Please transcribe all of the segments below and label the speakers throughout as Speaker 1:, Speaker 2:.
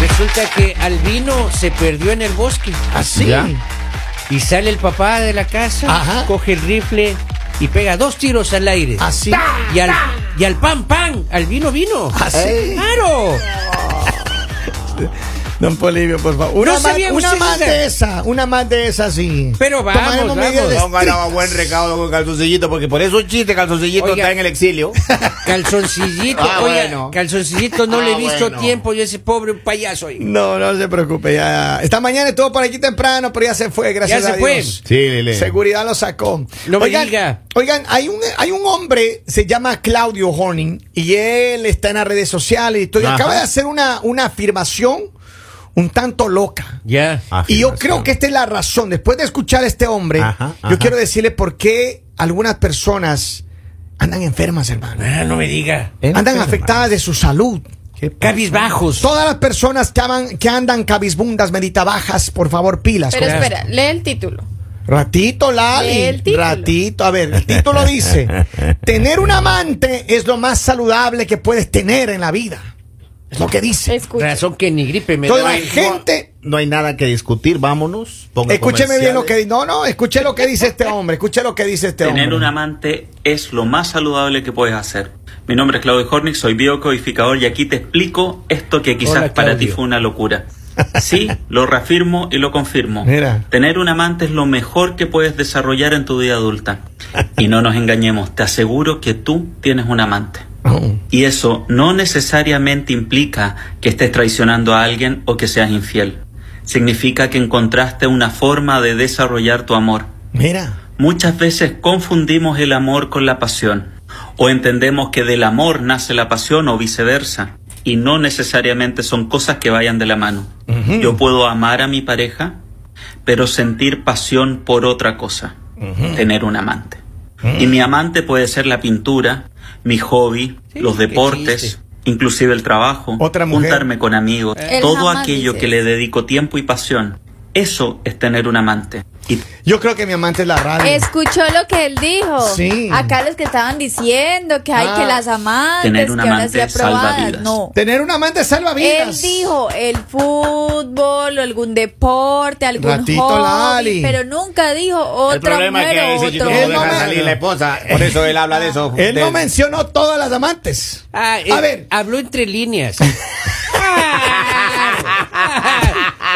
Speaker 1: resulta que Albino se perdió en el bosque.
Speaker 2: ¿Así?
Speaker 3: Ya.
Speaker 1: Y sale el papá de la casa,
Speaker 2: Ajá. Ah.
Speaker 1: coge el rifle y pega dos tiros al aire.
Speaker 2: ¿Así?
Speaker 1: Y al, y al pan, pan, al vino, vino.
Speaker 2: Ah. ¿Así?
Speaker 1: ¡Claro!
Speaker 2: Don Polivio, por favor. Una,
Speaker 1: No
Speaker 2: más,
Speaker 1: sabía
Speaker 2: una
Speaker 1: usted
Speaker 2: más
Speaker 1: esa.
Speaker 2: de esa, una más de esa, sí.
Speaker 1: Pero vamos,
Speaker 2: Tomaremos
Speaker 1: vamos.
Speaker 2: medidas de-
Speaker 1: No,
Speaker 4: No ganaba buen recado con calzoncillito, porque por eso chiste calzoncillito
Speaker 1: Oiga.
Speaker 4: está en el exilio.
Speaker 1: Calzoncillito,
Speaker 4: Ah,
Speaker 1: oiga,
Speaker 4: bueno.
Speaker 1: calzoncillito no
Speaker 4: Ah,
Speaker 1: le he visto
Speaker 4: bueno.
Speaker 1: tiempo yo a ese pobre payaso. oiga.
Speaker 2: No, no se preocupe, ya. Esta mañana estuvo por aquí temprano, pero ya se fue, gracias
Speaker 1: Ya se
Speaker 2: a
Speaker 1: fue.
Speaker 2: Dios.
Speaker 3: Sí, Lele.
Speaker 2: Seguridad lo sacó.
Speaker 1: No me
Speaker 2: oigan,
Speaker 1: diga.
Speaker 2: Oigan, hay un, hay un hombre, se llama Claudio Horning, y él está en las redes sociales y todo, y
Speaker 3: Ajá.
Speaker 2: acaba de hacer una, una afirmación un tanto loca.
Speaker 1: Ya.
Speaker 2: Y yo
Speaker 3: Afirmación.
Speaker 2: creo que esta es la razón. Después de escuchar a este hombre,
Speaker 3: Ajá,
Speaker 2: yo
Speaker 3: ajá.
Speaker 2: quiero decirle por qué algunas personas andan enfermas, hermano.
Speaker 1: Ah, no me diga.
Speaker 2: Andan
Speaker 3: Enfermas.
Speaker 2: afectadas de su salud.
Speaker 1: Cabizbajos.
Speaker 2: Todas las personas que, aman- que andan cabizbundas, meditabajas, por favor, pilas.
Speaker 5: Pero
Speaker 1: Con-
Speaker 5: espera, lee el título.
Speaker 2: Ratito, Lali.
Speaker 5: Lee el título.
Speaker 2: Ratito. A ver, el título dice: Tener un amante es lo más saludable que puedes tener en la vida. Es lo que dice.
Speaker 5: Escucha.
Speaker 1: Razón que ni gripe me
Speaker 2: Toda
Speaker 1: da.
Speaker 2: la gente.
Speaker 3: No hay nada que discutir, vámonos. ponga
Speaker 2: Escúcheme bien lo que
Speaker 3: comerciales.
Speaker 2: dice. No, no, escuche lo que dice este hombre. Escuche lo que dice este
Speaker 6: Tener
Speaker 2: hombre.
Speaker 6: un amante es lo más saludable que puedes hacer. Mi nombre es Claudio Hornick, soy biocodificador y aquí te explico esto que quizás
Speaker 1: Hola,
Speaker 6: para ti
Speaker 1: Claudio.
Speaker 6: fue una locura. Sí, lo reafirmo y lo confirmo.
Speaker 2: Mira.
Speaker 6: Tener un amante es lo mejor que puedes desarrollar en tu vida adulta. Y no nos engañemos, te aseguro que tú tienes un amante. Y eso no necesariamente implica que estés traicionando a alguien o que seas infiel. Significa que encontraste una forma de desarrollar tu amor.
Speaker 2: Mira.
Speaker 6: Muchas veces confundimos el amor con la pasión, o entendemos que del amor nace la pasión o viceversa, y no necesariamente son cosas que vayan de la mano. Yo puedo amar a mi pareja, pero sentir pasión por otra cosa, tener un amante. Y mi amante puede ser la pintura, mi hobby,
Speaker 1: Sí,
Speaker 6: los
Speaker 1: qué
Speaker 6: deportes,
Speaker 1: chiste.
Speaker 6: inclusive el trabajo,
Speaker 2: Otra mujer.
Speaker 6: juntarme con amigos,
Speaker 5: Él
Speaker 6: todo
Speaker 5: jamás
Speaker 6: aquello
Speaker 5: dice
Speaker 6: que le dedico tiempo y pasión. Eso es tener un amante. Y
Speaker 2: Yo creo que mi amante es la radio.
Speaker 5: Escuchó lo que él dijo.
Speaker 2: Sí.
Speaker 5: Acá los que estaban diciendo que hay
Speaker 2: Ah.
Speaker 5: que las amantes,
Speaker 6: Tener un
Speaker 5: que ahora sí
Speaker 6: amante salva
Speaker 5: aprobadas.
Speaker 6: vidas.
Speaker 5: No.
Speaker 2: Tener un amante salva
Speaker 5: Él
Speaker 2: vidas.
Speaker 5: dijo el fútbol o algún deporte, algún
Speaker 2: Ratito,
Speaker 5: hobby,
Speaker 2: Lali.
Speaker 5: pero nunca dijo
Speaker 4: el
Speaker 5: otra
Speaker 4: problema es
Speaker 5: mujer
Speaker 4: que
Speaker 5: o
Speaker 4: ese
Speaker 5: otro
Speaker 4: chico no
Speaker 2: Él
Speaker 4: deja
Speaker 2: no me-
Speaker 4: salir la esposa. Por eso él habla de eso.
Speaker 2: Él
Speaker 4: de-
Speaker 2: no mencionó todas las amantes.
Speaker 1: Ah, eh,
Speaker 2: a ver,
Speaker 1: Habló entre líneas.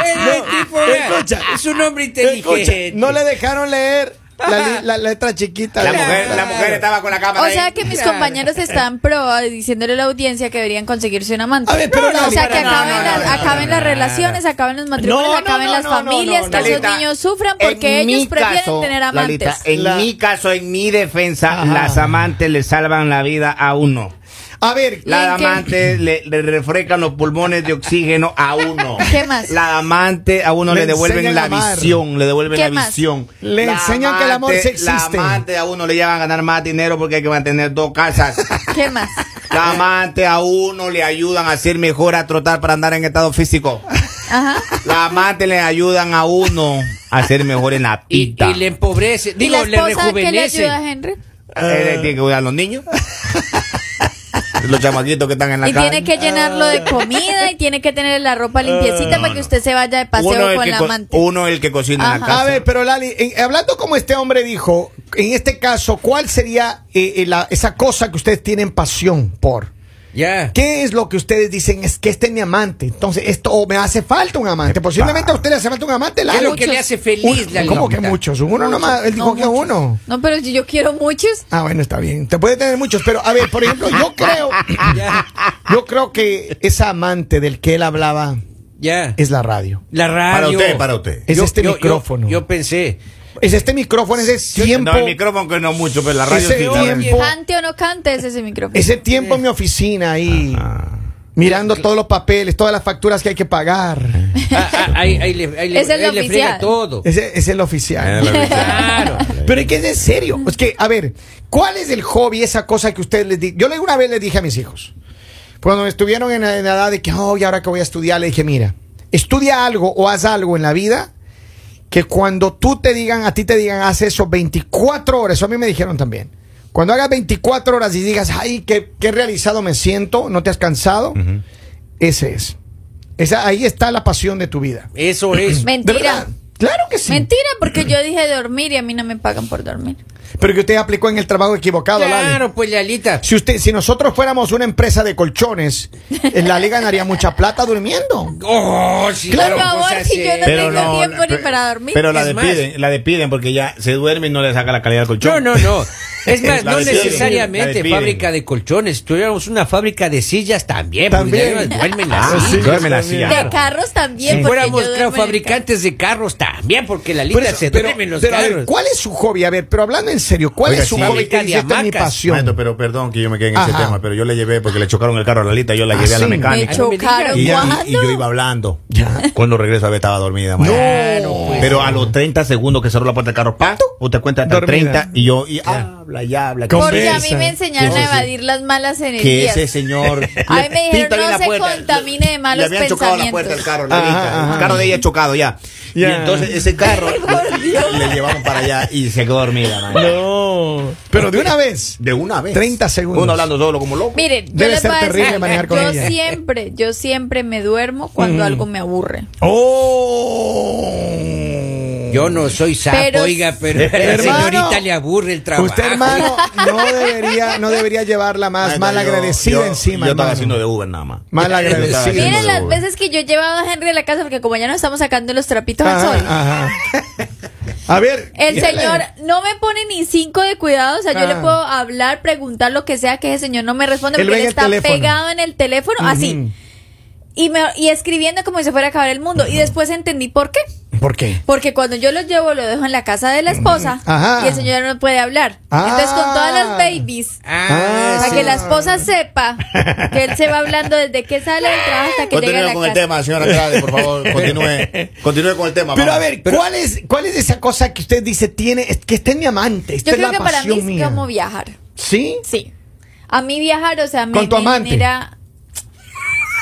Speaker 1: Ese tipo, vea,
Speaker 2: escucha.
Speaker 1: es un hombre
Speaker 2: escucha,
Speaker 1: inteligente.
Speaker 2: no le dejaron leer la, li- la letra chiquita.
Speaker 4: La
Speaker 2: de-
Speaker 4: mujer, la mujer estaba con la cámara
Speaker 5: O
Speaker 4: ahí.
Speaker 5: sea que mis
Speaker 1: Claro.
Speaker 5: compañeros están pro eh, diciéndole a la audiencia que deberían conseguirse un amante.
Speaker 2: A ver, pero
Speaker 5: o sea
Speaker 2: Lali,
Speaker 5: que
Speaker 2: no,
Speaker 5: acaben,
Speaker 2: no, no,
Speaker 5: las,
Speaker 2: no, no,
Speaker 5: acaben
Speaker 2: no,
Speaker 5: las
Speaker 2: no,
Speaker 5: relaciones, acaben los matrimonios,
Speaker 2: No, no,
Speaker 5: acaben
Speaker 2: no,
Speaker 5: las
Speaker 2: no, no,
Speaker 5: familias,
Speaker 2: no,
Speaker 5: que esos
Speaker 4: Lalita,
Speaker 5: niños sufran
Speaker 4: en
Speaker 5: porque
Speaker 4: mi
Speaker 5: ellos prefieren
Speaker 4: caso,
Speaker 5: tener amantes.
Speaker 4: Lalita, en
Speaker 2: La-
Speaker 4: mi caso, en mi defensa,
Speaker 2: Ajá.
Speaker 4: las amantes le salvan la vida a uno.
Speaker 2: A ver,
Speaker 4: Las
Speaker 5: ¿Y en qué?
Speaker 4: amantes le, le refrescan los pulmones de oxígeno a uno.
Speaker 5: ¿Qué más?
Speaker 4: La amante a uno
Speaker 2: Le
Speaker 4: le, devuelven
Speaker 2: enseñan a
Speaker 4: la
Speaker 2: amar.
Speaker 4: visión, le devuelven
Speaker 5: ¿Qué
Speaker 4: la
Speaker 5: más?
Speaker 4: visión.
Speaker 2: Le
Speaker 4: La
Speaker 2: enseñan que el amor
Speaker 4: amante-
Speaker 2: sí existe.
Speaker 4: La amante a uno le llevan a ganar más dinero porque hay que mantener dos casas.
Speaker 5: ¿Qué más?
Speaker 4: La amante a uno le ayudan a ser mejor a trotar para andar en estado físico.
Speaker 5: Ajá.
Speaker 4: La amante le ayudan a uno a ser mejor en la
Speaker 1: y,
Speaker 4: pita.
Speaker 1: y le empobrece.
Speaker 5: ¿Y
Speaker 1: Digo,
Speaker 5: la
Speaker 1: le
Speaker 5: esposa qué le
Speaker 1: rejuvenece.
Speaker 5: ayuda a Henry?
Speaker 4: Eh, tiene que cuidar a los niños. los chamaquitos que están en la
Speaker 5: Y
Speaker 4: calle.
Speaker 5: tiene que llenarlo
Speaker 2: Ah.
Speaker 5: de comida y tiene que tener la ropa limpiecita para que usted se vaya de paseo
Speaker 4: uno, es
Speaker 5: con
Speaker 4: el
Speaker 5: la
Speaker 4: que co-
Speaker 5: amante.
Speaker 4: uno es el que cocina en la
Speaker 5: Ajá.
Speaker 4: casa.
Speaker 2: A ver, pero Lali, en- hablando como este hombre dijo, en este caso, ¿cuál sería eh, eh, la- esa cosa que ustedes tienen pasión por?
Speaker 1: Ya.
Speaker 2: ¿Qué es lo que ustedes dicen? Es que este es mi amante. Entonces, esto o me hace falta un amante. Posiblemente a usted le hace falta un amante,
Speaker 1: ¿Qué es
Speaker 2: Lali.
Speaker 1: lo que le hace feliz la
Speaker 2: Un- ¿Cómo que
Speaker 1: lomita?
Speaker 2: muchos? Uno nomás, él dijo
Speaker 5: No,
Speaker 2: que
Speaker 5: muchos.
Speaker 2: uno.
Speaker 5: No, pero si yo quiero muchos.
Speaker 2: Ah, bueno, está bien. Te puede tener muchos, pero a ver, por ejemplo, yo creo,
Speaker 1: Ya.
Speaker 2: yo creo que esa amante del que él hablaba
Speaker 1: Ya.
Speaker 2: es la radio.
Speaker 1: La radio.
Speaker 3: Para usted, para usted.
Speaker 2: Es este micrófono.
Speaker 1: Yo, pensé.
Speaker 2: Es este micrófono, ese tiempo.
Speaker 4: No, el micrófono que no mucho, pero la radio
Speaker 2: Ese
Speaker 4: sí. la
Speaker 2: tiempo-
Speaker 4: radio.
Speaker 5: Cante o no cante, ese es el micrófono.
Speaker 2: Ese tiempo en mi oficina ahí, mirando todos los papeles, todas las facturas que hay que pagar.
Speaker 1: Ah, ah, ahí, ahí le, ahí le-
Speaker 5: Es el
Speaker 1: ahí le
Speaker 5: oficial.
Speaker 1: friega todo.
Speaker 2: Ese es el
Speaker 3: Eh, la
Speaker 2: oficial.
Speaker 3: verdad.
Speaker 1: Claro.
Speaker 2: Pero es que es en serio. Es que, a ver, ¿cuál es el hobby, esa cosa que ustedes les di? Yo le- una vez les dije a mis hijos, cuando estuvieron en la, en la edad de que, oh, y ahora que voy a estudiar, le dije, mira, estudia algo o haz algo en la vida que cuando tú te digan, a ti te digan, haz eso 24 horas, eso a mí me dijeron también. Cuando hagas 24 horas y digas, ay, qué, qué realizado me siento, no te has cansado, ese es. Esa, ahí está la pasión de tu vida.
Speaker 1: Eso es.
Speaker 5: Mentira.
Speaker 2: ¿Verdad? Claro que sí.
Speaker 5: Mentira, porque yo dije dormir y a mí no me pagan por dormir.
Speaker 2: Pero que usted aplicó en el trabajo equivocado, Lali.
Speaker 1: Claro, pues, Lalita.
Speaker 2: Si usted, si nosotros fuéramos una empresa de colchones, en la liga ganaría mucha plata durmiendo.
Speaker 1: Oh, sí,
Speaker 2: Claro.
Speaker 5: por favor,
Speaker 1: cosas,
Speaker 5: si yo
Speaker 1: eh.
Speaker 5: no tengo tiempo ni
Speaker 4: pe-
Speaker 5: para dormir.
Speaker 4: Pero la
Speaker 1: Es más.
Speaker 4: despiden, la despiden porque ya se duerme y no le saca la calidad al
Speaker 1: No,
Speaker 4: colchón.
Speaker 1: no, no. Es más,
Speaker 4: La
Speaker 1: no
Speaker 4: despiden, la
Speaker 1: necesariamente
Speaker 4: despiden.
Speaker 1: fábrica de colchones. Tuviéramos una fábrica de sillas también. porque
Speaker 2: También.
Speaker 1: además duermen las
Speaker 4: Ah,
Speaker 1: sillas.
Speaker 4: duerme la
Speaker 5: de
Speaker 4: silla.
Speaker 5: carros también.
Speaker 1: Si
Speaker 5: porque
Speaker 1: fuéramos
Speaker 5: yo
Speaker 1: creo,
Speaker 5: duermo en el
Speaker 1: fabricantes de carros también, porque la
Speaker 2: Por
Speaker 1: lista
Speaker 2: eso,
Speaker 1: se
Speaker 2: pero,
Speaker 1: duermen los
Speaker 2: pero, a ver,
Speaker 1: carros.
Speaker 2: ¿cuál es su hobby? A ver, pero hablando en serio, ¿cuál
Speaker 4: Oiga,
Speaker 2: es su
Speaker 4: sí.
Speaker 2: hobby que
Speaker 1: Fábrica de
Speaker 2: dice "Esta es mi
Speaker 1: hamacas".
Speaker 2: pasión?
Speaker 4: Maestro, pero perdón que yo me quede en ese
Speaker 2: Ajá.
Speaker 4: tema, pero yo le llevé porque le chocaron el carro a la lita, yo la
Speaker 2: Ah,
Speaker 4: llevé a la
Speaker 2: sí.
Speaker 5: carro. Me
Speaker 4: mecánica.
Speaker 1: no me digas.
Speaker 5: chocaron.
Speaker 4: Y, ya- y- y
Speaker 5: ¿Cuándo?
Speaker 4: yo iba hablando. Cuando regreso a ver, estaba dormida. maestro.
Speaker 1: Claro, pues.
Speaker 4: Pero a los 30 segundos que cerró la puerta del carro, ¡pam! Usted cuenta hasta
Speaker 2: Dormida.
Speaker 4: 30 y yo, y habla, y habla.
Speaker 2: Con-
Speaker 5: Porque a mí
Speaker 2: Conversa.
Speaker 5: me enseñaron
Speaker 4: Sí,
Speaker 5: a
Speaker 4: sí, sí.
Speaker 5: evadir las malas
Speaker 4: Que
Speaker 5: energías.
Speaker 4: ese señor.
Speaker 5: A mí me dijeron,
Speaker 4: Píntale
Speaker 5: "No
Speaker 4: la
Speaker 5: se contamine de
Speaker 4: Le-
Speaker 5: malos
Speaker 4: Le habían chocado la
Speaker 5: pensamientos".
Speaker 4: puerta del carro, la
Speaker 2: Ajá,
Speaker 4: lita.
Speaker 2: ajá.
Speaker 4: El carro de ella chocado ya. Y
Speaker 2: Ya.
Speaker 4: entonces ese carro le llevamos para allá y se quedó dormida, maestro.
Speaker 2: No. Pero de una vez.
Speaker 4: De una vez.
Speaker 2: 30 segundos.
Speaker 4: Uno hablando solo como loco.
Speaker 5: Miren, yo
Speaker 2: Debe
Speaker 5: les
Speaker 2: ser
Speaker 5: voy a
Speaker 2: terrible
Speaker 5: decir,
Speaker 2: manejar con
Speaker 5: yo
Speaker 2: ella.
Speaker 5: siempre, yo siempre me duermo cuando algo me aburre.
Speaker 2: ¡Oh!
Speaker 1: Yo no soy sapo,
Speaker 5: Pero-
Speaker 1: oiga, pero a la
Speaker 2: Eh, Hermano,
Speaker 1: señorita le aburre el trabajo.
Speaker 2: Usted, hermano, no debería, no debería llevarla más
Speaker 4: Maestro,
Speaker 2: mal agradecida
Speaker 4: Ah, yo- yo-
Speaker 2: encima.
Speaker 4: Yo estaba
Speaker 2: hermano.
Speaker 4: haciendo de Uber nada más.
Speaker 2: Malagradecido.
Speaker 4: Yo estaba haciendo
Speaker 5: Miren
Speaker 4: de
Speaker 5: las
Speaker 4: Uber.
Speaker 5: veces que yo he llevado a Henry a la casa, porque como ya no estamos sacando los trapitos al sol.
Speaker 2: Ajá, ajá. A ver.
Speaker 5: El
Speaker 2: dígale.
Speaker 5: señor no me pone ni cinco de cuidado, o sea, yo
Speaker 2: Ah.
Speaker 5: le puedo hablar, preguntar lo que sea, que ese señor no me responde
Speaker 2: Él
Speaker 5: porque
Speaker 2: ve
Speaker 5: él
Speaker 2: el
Speaker 5: está
Speaker 2: teléfono.
Speaker 5: pegado en el teléfono, así. Y, me, y escribiendo como si se fuera a acabar el mundo. Y después entendí por qué.
Speaker 2: ¿Por qué?
Speaker 5: Porque cuando yo los llevo, lo dejo en la casa de la esposa
Speaker 2: Ajá.
Speaker 5: y el señor no puede hablar.
Speaker 2: Ah.
Speaker 5: Entonces, con todas las babies,
Speaker 1: Ah,
Speaker 5: para
Speaker 1: sí.
Speaker 5: que la esposa sepa que él se va hablando desde que sale del trabajo hasta que llega a
Speaker 4: Continúe
Speaker 5: la
Speaker 4: con el
Speaker 5: casa.
Speaker 4: tema, señora Andrade, por favor. Continúe. Continúe con el tema.
Speaker 2: Pero a
Speaker 4: vamos.
Speaker 2: ver, ¿cuál, es, ¿cuál es esa cosa que usted dice tiene? Es que está en mi amante. Esta
Speaker 5: Yo
Speaker 2: es
Speaker 5: creo
Speaker 2: la
Speaker 5: que para mí
Speaker 2: pasión
Speaker 5: es
Speaker 2: mía.
Speaker 5: como viajar.
Speaker 2: ¿Sí?
Speaker 5: Sí. A mí viajar, o sea, me,
Speaker 2: Con tu
Speaker 5: me
Speaker 2: amante. Ah.
Speaker 5: genera-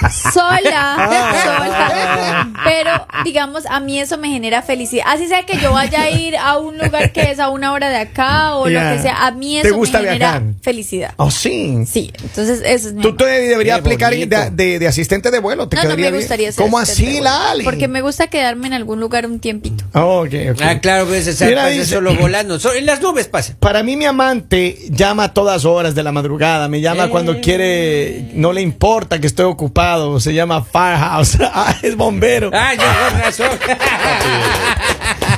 Speaker 5: sola, sola. Pero digamos, a mí eso me genera felicidad. Así sea que yo vaya a ir a un lugar que es a una hora de acá o
Speaker 2: Ya.
Speaker 5: lo que sea, a mí
Speaker 2: ¿Te
Speaker 5: eso
Speaker 2: gusta
Speaker 5: me genera
Speaker 2: viajar?
Speaker 5: felicidad.
Speaker 2: ¿O sí?
Speaker 5: Sí, entonces eso es mi
Speaker 2: Tú, tú
Speaker 5: amor.
Speaker 2: deberías
Speaker 1: Qué
Speaker 2: aplicar de,
Speaker 1: bonito.
Speaker 2: de- de asistente de vuelo. Te
Speaker 5: Ah, No, no
Speaker 2: quedaría
Speaker 5: me
Speaker 2: bien.
Speaker 5: gustaría ser
Speaker 2: ¿Cómo
Speaker 5: asistente
Speaker 2: así,
Speaker 5: de
Speaker 2: Lali?
Speaker 5: vuelo, Porque me gusta quedarme en algún lugar un tiempito.
Speaker 2: Ah, ok, ok.
Speaker 1: Ah, claro, pues esa
Speaker 2: Mira,
Speaker 1: pasa
Speaker 2: dice-
Speaker 1: solo volando. So- en las nubes pasa.
Speaker 2: Para mí mi amante llama a todas horas de la madrugada, me llama
Speaker 5: Eh.
Speaker 2: cuando quiere, no le importa que estoy ocupado, se llama Firehouse, Ah, es bombero.
Speaker 1: Ah, ya, con razón.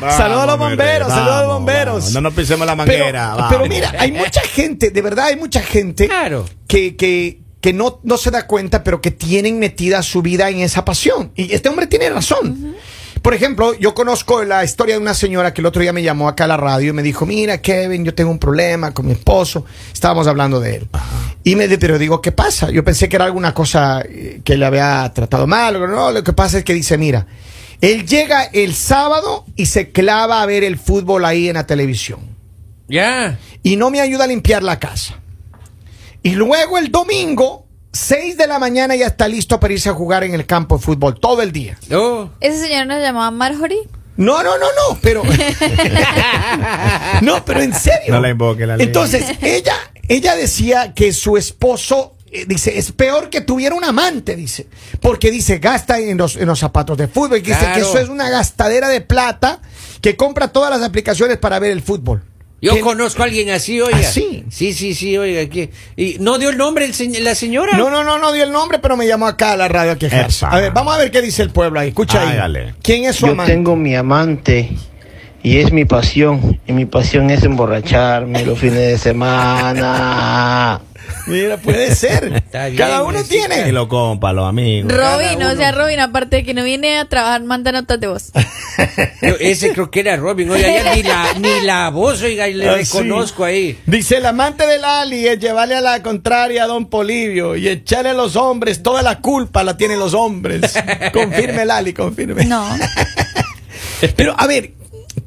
Speaker 4: Vamos,
Speaker 2: Saludos a los
Speaker 4: hombre,
Speaker 2: bomberos, saludos a los
Speaker 4: vamos,
Speaker 2: bomberos.
Speaker 4: vamos. No nos pisemos la
Speaker 2: pero,
Speaker 4: manguera.
Speaker 2: pero
Speaker 4: vamos.
Speaker 2: mira, hay mucha gente, de verdad hay mucha gente
Speaker 1: Claro.
Speaker 2: que, que, que no, no se da cuenta, pero que tienen metida su vida en esa pasión. Y este hombre tiene razón. Por ejemplo, yo conozco la historia de una señora que el otro día me llamó acá a la radio y me dijo, mira, Kevin, yo tengo un problema con mi esposo. Estábamos hablando de él. Y me dijo, pero digo, ¿qué pasa? Yo pensé que era alguna cosa eh, que le había tratado mal. o No, lo que pasa es que dice, mira, él llega el sábado y se clava a ver el fútbol ahí en la televisión
Speaker 1: ya.
Speaker 2: y no me ayuda a limpiar la casa. Y luego el domingo, 6 de la mañana, ya está listo para irse a jugar en el campo de fútbol todo el día.
Speaker 1: No.
Speaker 5: Ese señor nos llamaba Marjorie.
Speaker 2: No, no, no, no, pero. no, pero en serio.
Speaker 4: No la invoque, la ley.
Speaker 2: Entonces, ella, ella decía que su esposo. eh, Dice, es peor que tuviera un amante, dice. Porque dice, gasta en los, en los zapatos de fútbol. Dice que
Speaker 1: Claro.
Speaker 2: eso es una gastadera de plata que compra todas las aplicaciones para ver el fútbol.
Speaker 1: Yo
Speaker 2: Que-
Speaker 1: conozco a alguien así,
Speaker 2: ¿Ah,
Speaker 1: oiga.
Speaker 2: ¿Así?
Speaker 1: Sí, sí, sí, oiga. que- Y no dio el nombre el se- la señora.
Speaker 2: No, no, no, no dio el nombre, pero me llamó acá a la radio a quejarse.
Speaker 4: Epa.
Speaker 2: A ver, vamos a ver qué dice el pueblo ahí. Escucha ahí.
Speaker 4: Hágale.
Speaker 2: ¿Quién es su
Speaker 7: Yo
Speaker 2: amante?
Speaker 7: tengo mi amante y es mi pasión. Y mi pasión es emborracharme los fines de semana.
Speaker 2: Mira, puede ser.
Speaker 1: Está bien,
Speaker 2: Cada uno
Speaker 1: sí.
Speaker 2: tiene.
Speaker 4: Y lo compa, los amigos.
Speaker 5: Robin, o sea, Robin, aparte de que no viene a trabajar, manda notas de voz.
Speaker 1: Yo- ese creo que era Robin, oiga. Ya ni la, ni la voz, oiga, y le
Speaker 2: Ah,
Speaker 1: reconozco
Speaker 2: sí.
Speaker 1: ahí.
Speaker 2: Dice el amante del Ali es llevarle a la contraria a don Polivio y echarle a los hombres, toda la culpa la tienen los hombres. Confirme el Ali, confirme.
Speaker 5: No.
Speaker 2: Pero a ver,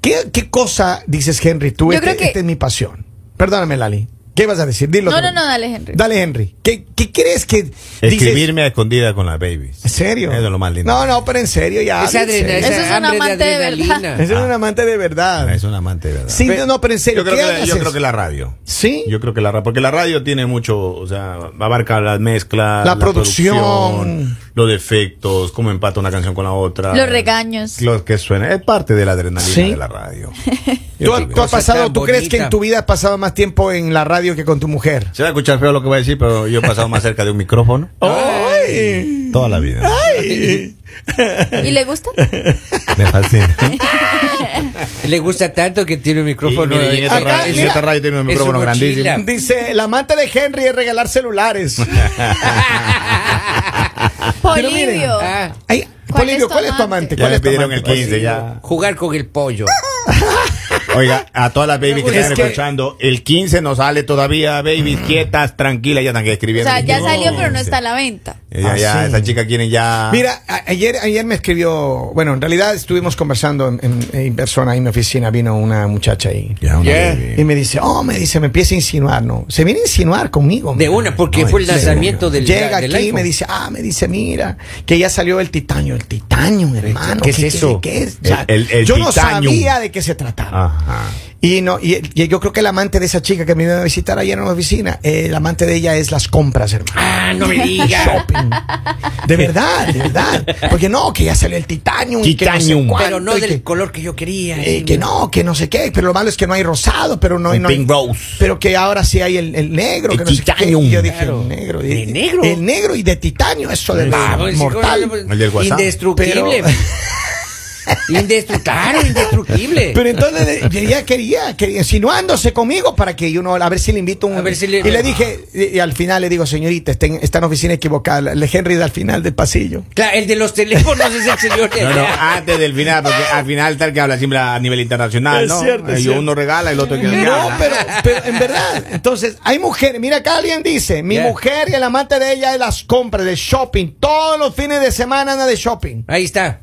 Speaker 2: ¿qué, qué cosa dices, Henry? Tú,
Speaker 5: Yo
Speaker 2: este,
Speaker 5: creo que-
Speaker 2: este es mi pasión. Perdóname, Lali. ¿Qué vas a decir? Dilo.
Speaker 5: No,
Speaker 2: otra
Speaker 5: no,
Speaker 2: vez.
Speaker 5: no, dale, Henry.
Speaker 2: Dale, Henry. ¿Qué, qué crees que dices?
Speaker 4: Escribirme a escondida con las babies.
Speaker 2: ¿En serio?
Speaker 4: Eso es lo más lindo.
Speaker 2: No, no, pero en serio, ya.
Speaker 1: Esa
Speaker 2: en serio.
Speaker 1: adrenalina.
Speaker 5: Eso
Speaker 1: esa
Speaker 5: es un
Speaker 1: hambre
Speaker 5: amante de
Speaker 1: de adrenalina.
Speaker 5: verdad.
Speaker 2: Ese es un amante de verdad.
Speaker 4: Ah, Es un amante, de ¿verdad?
Speaker 2: Sí,
Speaker 1: Pero-
Speaker 2: no, pero en serio,
Speaker 4: Yo creo,
Speaker 2: ¿qué
Speaker 4: que, yo
Speaker 2: haces?
Speaker 4: creo que la radio.
Speaker 2: ¿Sí?
Speaker 4: Yo creo que la radio, porque la radio tiene mucho, o sea, abarca la mezcla,
Speaker 2: La producción.
Speaker 4: los defectos, cómo empata una canción con la otra.
Speaker 5: Los regaños.
Speaker 4: Los que suena. Es parte de la adrenalina
Speaker 2: Sí.
Speaker 4: de la radio.
Speaker 2: ¿Tú, tú has
Speaker 1: cosa
Speaker 2: pasado,
Speaker 1: tan
Speaker 2: tú crees que
Speaker 1: bonita.
Speaker 2: en tu vida has pasado más tiempo en la radio que con tu mujer?
Speaker 4: Se va a escuchar feo lo que voy a decir, pero yo he pasado más cerca de un micrófono
Speaker 2: ¡Ay!
Speaker 4: toda la vida.
Speaker 5: ¿Y le gusta?
Speaker 4: Me fascina.
Speaker 1: Le gusta tanto que tiene un micrófono.
Speaker 4: Y- y- y en esta
Speaker 2: ra- y en esta
Speaker 4: radio tiene un micrófono grandísimo.
Speaker 2: Dice, la manta de Henry es regalar celulares. Pero miren,
Speaker 5: Polivio.
Speaker 1: Ah.
Speaker 2: Ay,
Speaker 5: ¿Cuál
Speaker 2: Polivio,
Speaker 5: es tu
Speaker 2: ¿cuál es tu
Speaker 5: amante?
Speaker 2: amante?
Speaker 4: Ya
Speaker 2: ¿Cuál
Speaker 4: le
Speaker 2: es tu
Speaker 4: pidieron el
Speaker 2: amante?
Speaker 4: 15, ya.
Speaker 1: Jugar con el pollo.
Speaker 4: Oiga, a todas las babies que
Speaker 1: Es
Speaker 4: están
Speaker 1: que-
Speaker 4: escuchando, el 15 no sale todavía,
Speaker 2: Mm.
Speaker 4: babies quietas, tranquilas, ya están
Speaker 5: O
Speaker 4: escribiendo.
Speaker 5: sea, ya
Speaker 4: No,
Speaker 5: salió, pero no
Speaker 4: sí.
Speaker 5: está a la venta.
Speaker 4: Eh, Ya,
Speaker 2: Ah,
Speaker 4: ya,
Speaker 2: sí.
Speaker 4: esa chica quieren ya.
Speaker 2: Ah. Mira, a- ayer, ayer me escribió, bueno, en realidad estuvimos conversando en, en- en persona ahí en mi oficina, vino una muchacha ahí.
Speaker 4: Ya, una
Speaker 1: Yeah.
Speaker 4: baby.
Speaker 2: Y me dice, oh, me dice, me empieza a insinuar, ¿no? Se viene a insinuar conmigo.
Speaker 1: De
Speaker 2: mira.
Speaker 1: una, porque
Speaker 4: No,
Speaker 1: fue el
Speaker 4: en serio.
Speaker 1: lanzamiento del,
Speaker 2: Llega
Speaker 1: del
Speaker 2: aquí y
Speaker 1: iPhone.
Speaker 2: me dice, ah, me dice, mira, que ya salió el titanio, el titanio, hermano.
Speaker 1: ¿qué es
Speaker 2: quiere-
Speaker 1: eso?
Speaker 2: qué es? O sea,
Speaker 4: El- el- el
Speaker 2: yo no
Speaker 4: titanio.
Speaker 2: sabía de qué se trataba.
Speaker 1: Ah.
Speaker 4: Ajá.
Speaker 2: Y no, y, y yo creo que el amante de esa chica que me iba a visitar ayer en la oficina, eh, el amante de ella es las compras, hermano.
Speaker 1: Ah, no me digas.
Speaker 2: Shopping. De verdad, de verdad. Porque no, que ya salió el titanio.
Speaker 4: Titanium.
Speaker 1: Pero no del
Speaker 2: que,
Speaker 1: color que yo quería.
Speaker 2: eh, que no, que no sé qué. Pero lo malo es que no hay rosado, pero no, hay-
Speaker 4: Un
Speaker 2: no hay-
Speaker 4: pink rose.
Speaker 2: Pero que ahora sí hay el, el negro.
Speaker 4: El
Speaker 2: que no sé qué.
Speaker 4: titanium.
Speaker 2: Yo dije,
Speaker 1: Claro.
Speaker 2: el negro.
Speaker 1: ¿De
Speaker 2: y-
Speaker 1: negro?
Speaker 2: El negro y de titanio, eso de la
Speaker 1: Ah, pues, sí,
Speaker 2: mortal.
Speaker 1: ¿cómo?
Speaker 4: El del WhatsApp.
Speaker 1: Indestructible. Indestructible, claro, indestructible.
Speaker 2: Pero entonces eh, ella quería, quería insinuándose conmigo para que yo no, a ver si le invito un.
Speaker 1: A ver si le-
Speaker 2: y le dije, y, y al final le digo, señorita, está en, está en oficina equivocada. la- Le Henry al final del pasillo.
Speaker 1: Claro, el de los teléfonos es el señor de
Speaker 4: No, no,
Speaker 1: allá.
Speaker 2: ah,
Speaker 4: antes del final, porque al final tal que habla siempre a nivel internacional,
Speaker 2: Es
Speaker 4: ¿no?
Speaker 2: cierto, es
Speaker 4: Eh,
Speaker 2: cierto.
Speaker 4: Uno regala y el otro que
Speaker 2: No,
Speaker 4: regala.
Speaker 2: pero, pero en verdad, entonces hay mujeres, mira acá alguien dice, mi
Speaker 1: Yeah.
Speaker 2: mujer y el amante de ella de las compras, de shopping, todos los fines de semana anda de shopping.
Speaker 1: Ahí está.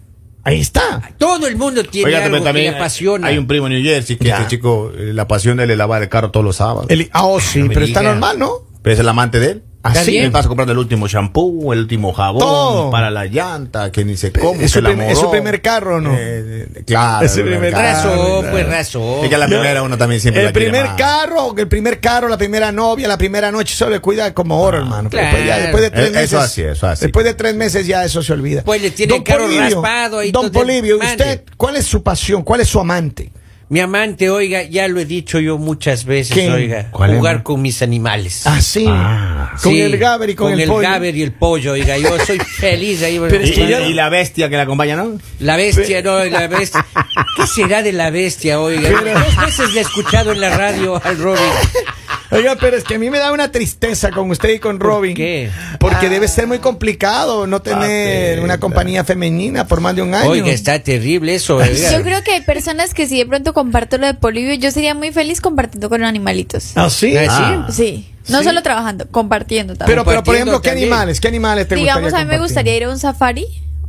Speaker 2: Ahí está.
Speaker 1: Todo el mundo tiene
Speaker 4: Oiga,
Speaker 1: algo
Speaker 4: pero
Speaker 1: que le
Speaker 4: también
Speaker 1: apasiona.
Speaker 4: hay un primo en New Jersey que
Speaker 2: Ya.
Speaker 4: ese chico, eh, la pasión de él es lavar el carro todos los sábados.
Speaker 2: El- ah, oh, sí,
Speaker 1: No me
Speaker 2: pero está
Speaker 1: diga.
Speaker 2: normal, ¿no?
Speaker 4: Pero es el amante de él.
Speaker 1: Así.
Speaker 4: Así. Él pasa comprando el último shampoo, el último jabón
Speaker 2: Todo.
Speaker 4: para la llanta, que ni se come.
Speaker 2: es su prim- es su primer carro, ¿no?
Speaker 4: eh, claro.
Speaker 2: Es su primer
Speaker 1: Razón,
Speaker 2: Ah,
Speaker 1: pues, razón.
Speaker 4: Es que a la primera uno también siempre
Speaker 2: El
Speaker 4: la quiere
Speaker 2: primer
Speaker 4: más.
Speaker 2: carro, el primer carro, la primera novia, la primera noche, eso le cuida como oro, hermano. Pero
Speaker 1: claro.
Speaker 2: Después, ya, después de tres
Speaker 4: Ah, Eh,
Speaker 2: meses.
Speaker 4: eso así, eso así.
Speaker 2: Después de tres meses ya eso se olvida.
Speaker 1: Pues le tiene el carro
Speaker 2: Polibio,
Speaker 1: raspado ahí
Speaker 2: Don
Speaker 1: todo el-
Speaker 2: Polivio,
Speaker 1: Mande.
Speaker 2: ¿usted cuál es su pasión? ¿Cuál es su amante?
Speaker 1: Mi amante, oiga, ya lo he dicho yo muchas veces,
Speaker 2: ¿Qué?
Speaker 1: oiga,
Speaker 4: ¿Cuál es,
Speaker 1: jugar
Speaker 4: ma?
Speaker 1: con mis animales.
Speaker 2: Así.
Speaker 4: Ah.
Speaker 2: con
Speaker 1: Sí,
Speaker 2: el Gaber y con, el, pollo.
Speaker 1: Gaber y el pollo, oiga, yo soy feliz ahí.
Speaker 2: Pero es
Speaker 4: Y,
Speaker 2: que ya-
Speaker 4: y- y la bestia que la acompaña,
Speaker 2: Pues
Speaker 4: ¿no?
Speaker 1: La bestia, no, la bestia. ¿Qué será de la bestia, oiga? Dos veces le he escuchado en la radio al Robin.
Speaker 2: Oiga, pero es que a mí me da una tristeza con usted y con Robin.
Speaker 1: qué?
Speaker 2: Porque debe ser muy complicado
Speaker 4: Ah,
Speaker 2: no tener
Speaker 4: Papeta.
Speaker 2: una compañía femenina por más de un año.
Speaker 1: Oiga, está terrible eso, oiga.
Speaker 5: Yo creo que hay personas que si de pronto comparto lo de Polivio, yo sería muy feliz compartiendo con animalitos.
Speaker 2: Así.
Speaker 1: Ah, sí.
Speaker 5: Sí, no solo trabajando, compartiendo también.
Speaker 2: Pero, pero por
Speaker 1: Compartiendo
Speaker 2: ejemplo, ¿qué
Speaker 1: también.
Speaker 2: animales? ¿Qué animales te
Speaker 5: Digamos, a mí me
Speaker 2: compartir? Mm.
Speaker 5: gustaría ir a un safari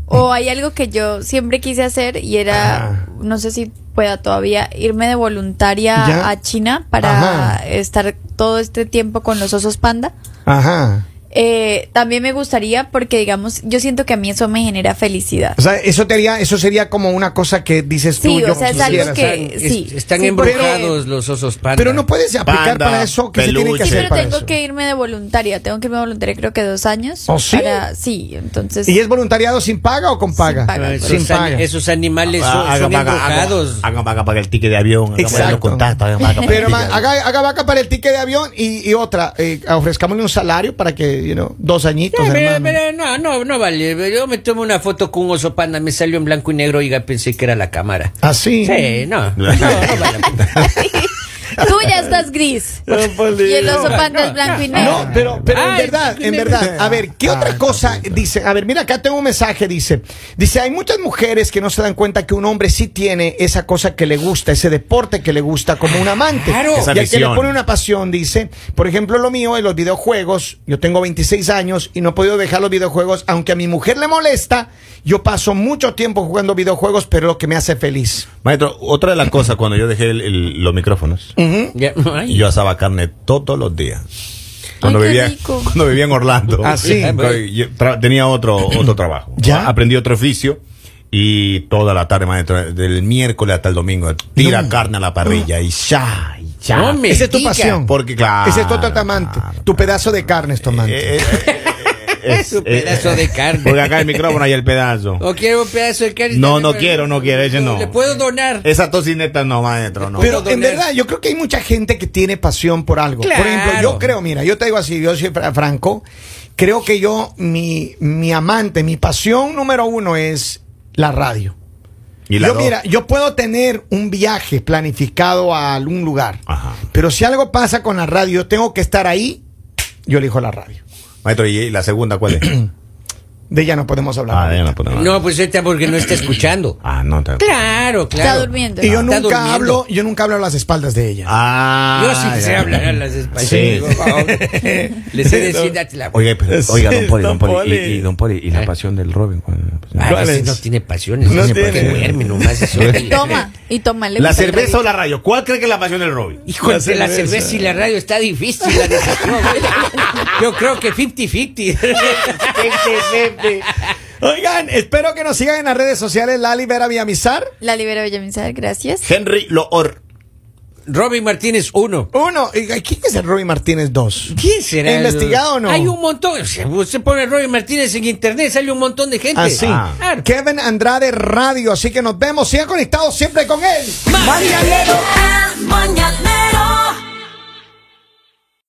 Speaker 5: o hay algo que yo siempre quise hacer y
Speaker 2: Ah.
Speaker 5: era, no sé si pueda todavía, irme de voluntaria
Speaker 2: Ya.
Speaker 5: a China para
Speaker 2: Ajá.
Speaker 5: estar todo este tiempo con los osos panda.
Speaker 2: Ajá.
Speaker 5: Eh, también me gustaría porque, digamos, yo siento que a mí eso me genera felicidad.
Speaker 2: O sea, eso, te haría- eso sería como una cosa que dices tú.
Speaker 5: Sí,
Speaker 2: yo
Speaker 5: o sea, es
Speaker 2: quisiera
Speaker 5: algo
Speaker 2: hacer.
Speaker 5: que... sí,
Speaker 1: Es- están
Speaker 5: sí, porque-
Speaker 1: embrujados los osos panda.
Speaker 2: Pero no puedes aplicar
Speaker 4: Panda,
Speaker 2: para eso que se tiene que
Speaker 4: peluche.
Speaker 5: Sí,
Speaker 2: hacer
Speaker 5: pero
Speaker 2: para
Speaker 5: tengo
Speaker 2: eso.
Speaker 5: que irme de voluntaria. Tengo que irme de voluntaria creo que dos años.
Speaker 2: ¿Oh, sí?
Speaker 5: Para- sí, entonces...
Speaker 2: ¿Y es voluntariado sin paga o con paga?
Speaker 5: paga.
Speaker 1: Ah, esos,
Speaker 2: Sin
Speaker 1: an-
Speaker 2: paga.
Speaker 1: esos animales son,
Speaker 4: Ah,
Speaker 1: son
Speaker 4: haga vaca, haga-
Speaker 1: embrujados.
Speaker 4: Haga vaca para el ticket de avión, haga vaca
Speaker 2: Exacto.
Speaker 4: los contactos, haga vaca para el
Speaker 2: Pero
Speaker 4: ticket
Speaker 2: ma,
Speaker 4: de avión.
Speaker 2: haga, haga vaca para el ticket de avión y, y otra. eh, ofrezcámosle un salario para que, you know, dos añitos,
Speaker 1: No, pero,
Speaker 2: hermano.
Speaker 1: pero no, no, no vale. Yo me tomo una foto con un oso panda, me salió en blanco y negro, oiga, pensé que era la cámara.
Speaker 2: Así.
Speaker 1: Sí, no, no, no vale.
Speaker 5: Tú ya estás gris. y el oso panda es blanco y negro.
Speaker 2: pues, No, pero, pero en
Speaker 1: Ay,
Speaker 2: verdad,
Speaker 1: qué
Speaker 2: en verdad.
Speaker 1: lindo.
Speaker 2: A ver, ¿qué otra cosa dice? A ver, mira, acá tengo un mensaje, dice. Dice, hay muchas mujeres que no se dan cuenta que un hombre sí tiene esa cosa que le gusta, ese deporte que le gusta como un amante.
Speaker 1: Claro.
Speaker 4: Esa
Speaker 2: Y al que le
Speaker 4: visión.
Speaker 2: pone una pasión, dice. Por ejemplo, lo mío en los videojuegos, yo tengo 26 años y no he podido dejar los videojuegos, aunque a mi mujer le molesta, yo paso mucho tiempo jugando videojuegos, pero lo que me hace feliz.
Speaker 4: Maestro, otra de las cosas cuando yo dejé el- el- los micrófonos,
Speaker 1: Ya, ay.
Speaker 4: y yo asaba carne todos los días. Cuando,
Speaker 5: qué
Speaker 4: vivía,
Speaker 5: rico.
Speaker 4: cuando vivía en Orlando. Pues,
Speaker 2: Ah, sí.
Speaker 4: Yo tra- tenía otro, otro trabajo.
Speaker 2: ¿Ya?
Speaker 4: Aprendí otro oficio y toda la tarde, maestro, del miércoles hasta el domingo, tira
Speaker 2: No.
Speaker 4: carne a la parrilla y ya, y ya.
Speaker 1: No me
Speaker 2: Esa es tu
Speaker 1: diga.
Speaker 2: pasión.
Speaker 4: Porque, claro,
Speaker 2: Ese es tu otro amante.
Speaker 4: claro,
Speaker 2: Tu pedazo de carne es tu amante.
Speaker 4: Eh, eh, eh,
Speaker 1: Es un pedazo de carne.
Speaker 4: Porque acá el micrófono y el pedazo.
Speaker 1: ¿O quiero un pedazo de carne?
Speaker 4: No, no quiero, no quiero, ese no.
Speaker 1: ¿Le puedo donar?
Speaker 4: Esa tocineta no, maestro, no.
Speaker 2: Pero em, en
Speaker 1: donar.
Speaker 2: verdad, yo creo que hay mucha gente que tiene pasión por algo. Por
Speaker 1: Claro.
Speaker 2: ejemplo, yo creo, mira, yo te digo así, yo soy fra- franco, creo que yo, mi, mi amante, mi pasión número uno es la radio.
Speaker 4: Y la
Speaker 2: yo,
Speaker 4: dos.
Speaker 2: mira, yo puedo tener un viaje planificado a algún lugar,
Speaker 4: Ajá.
Speaker 2: pero si algo pasa con la radio, yo tengo que estar ahí, yo elijo la radio.
Speaker 4: Maestro, ¿y la segunda cuál es?
Speaker 2: De ella no podemos hablar.
Speaker 4: ah,
Speaker 2: ahorita.
Speaker 4: ya no puedo hablar.
Speaker 1: No, pues está porque no está escuchando.
Speaker 4: Ah, no, está-
Speaker 1: Claro, claro.
Speaker 5: Está durmiendo.
Speaker 2: y yo nunca
Speaker 1: Está durmiendo.
Speaker 2: hablo, yo nunca hablo a las espaldas de ella.
Speaker 4: Ah.
Speaker 1: Yo sí sé
Speaker 4: ya.
Speaker 1: hablar a las españolas.
Speaker 4: Sí.
Speaker 1: por favor. Les he de decir, date la
Speaker 3: Oiga, pero-
Speaker 2: Sí,
Speaker 3: oiga, don Poli, don
Speaker 2: don
Speaker 3: Poli. Y,
Speaker 2: Poli.
Speaker 3: y don Poli, y la
Speaker 1: Eh.
Speaker 3: pasión del Robin. ¿cuál es la pasión?
Speaker 1: Ay,
Speaker 2: ¿cuál
Speaker 1: Ah, ese
Speaker 2: es?
Speaker 1: no tiene pasiones,
Speaker 2: No
Speaker 1: no tiene por qué
Speaker 2: tiene.
Speaker 1: duerme nomás. es horrible.
Speaker 5: Y toma, y toma. le
Speaker 4: ¿La
Speaker 5: gusta el
Speaker 4: cerveza o
Speaker 5: traguito.
Speaker 4: la radio? ¿Cuál cree que es la pasión del Robin?
Speaker 1: Hijo, entre la cerveza y la radio está difícil la decisión. güey. Yo creo que 50-50.
Speaker 2: Oigan, espero que nos sigan en las redes sociales, Lali Vera Villamizar.
Speaker 5: La libero Villamizar, gracias.
Speaker 4: Henry Loor.
Speaker 1: Robin Martínez, uno.
Speaker 2: Uno, y- ¿quién es el Roy Martínez 2?
Speaker 1: ¿Quién será?
Speaker 2: ¿Investigado o no?
Speaker 1: Hay un montón. Se- Usted pone Robin Martínez en internet, sale un montón de gente.
Speaker 2: Así.
Speaker 1: Claro.
Speaker 2: Ah, Kevin Andrade Radio, así que nos vemos, sigan conectados siempre con él.
Speaker 8: El mañanero.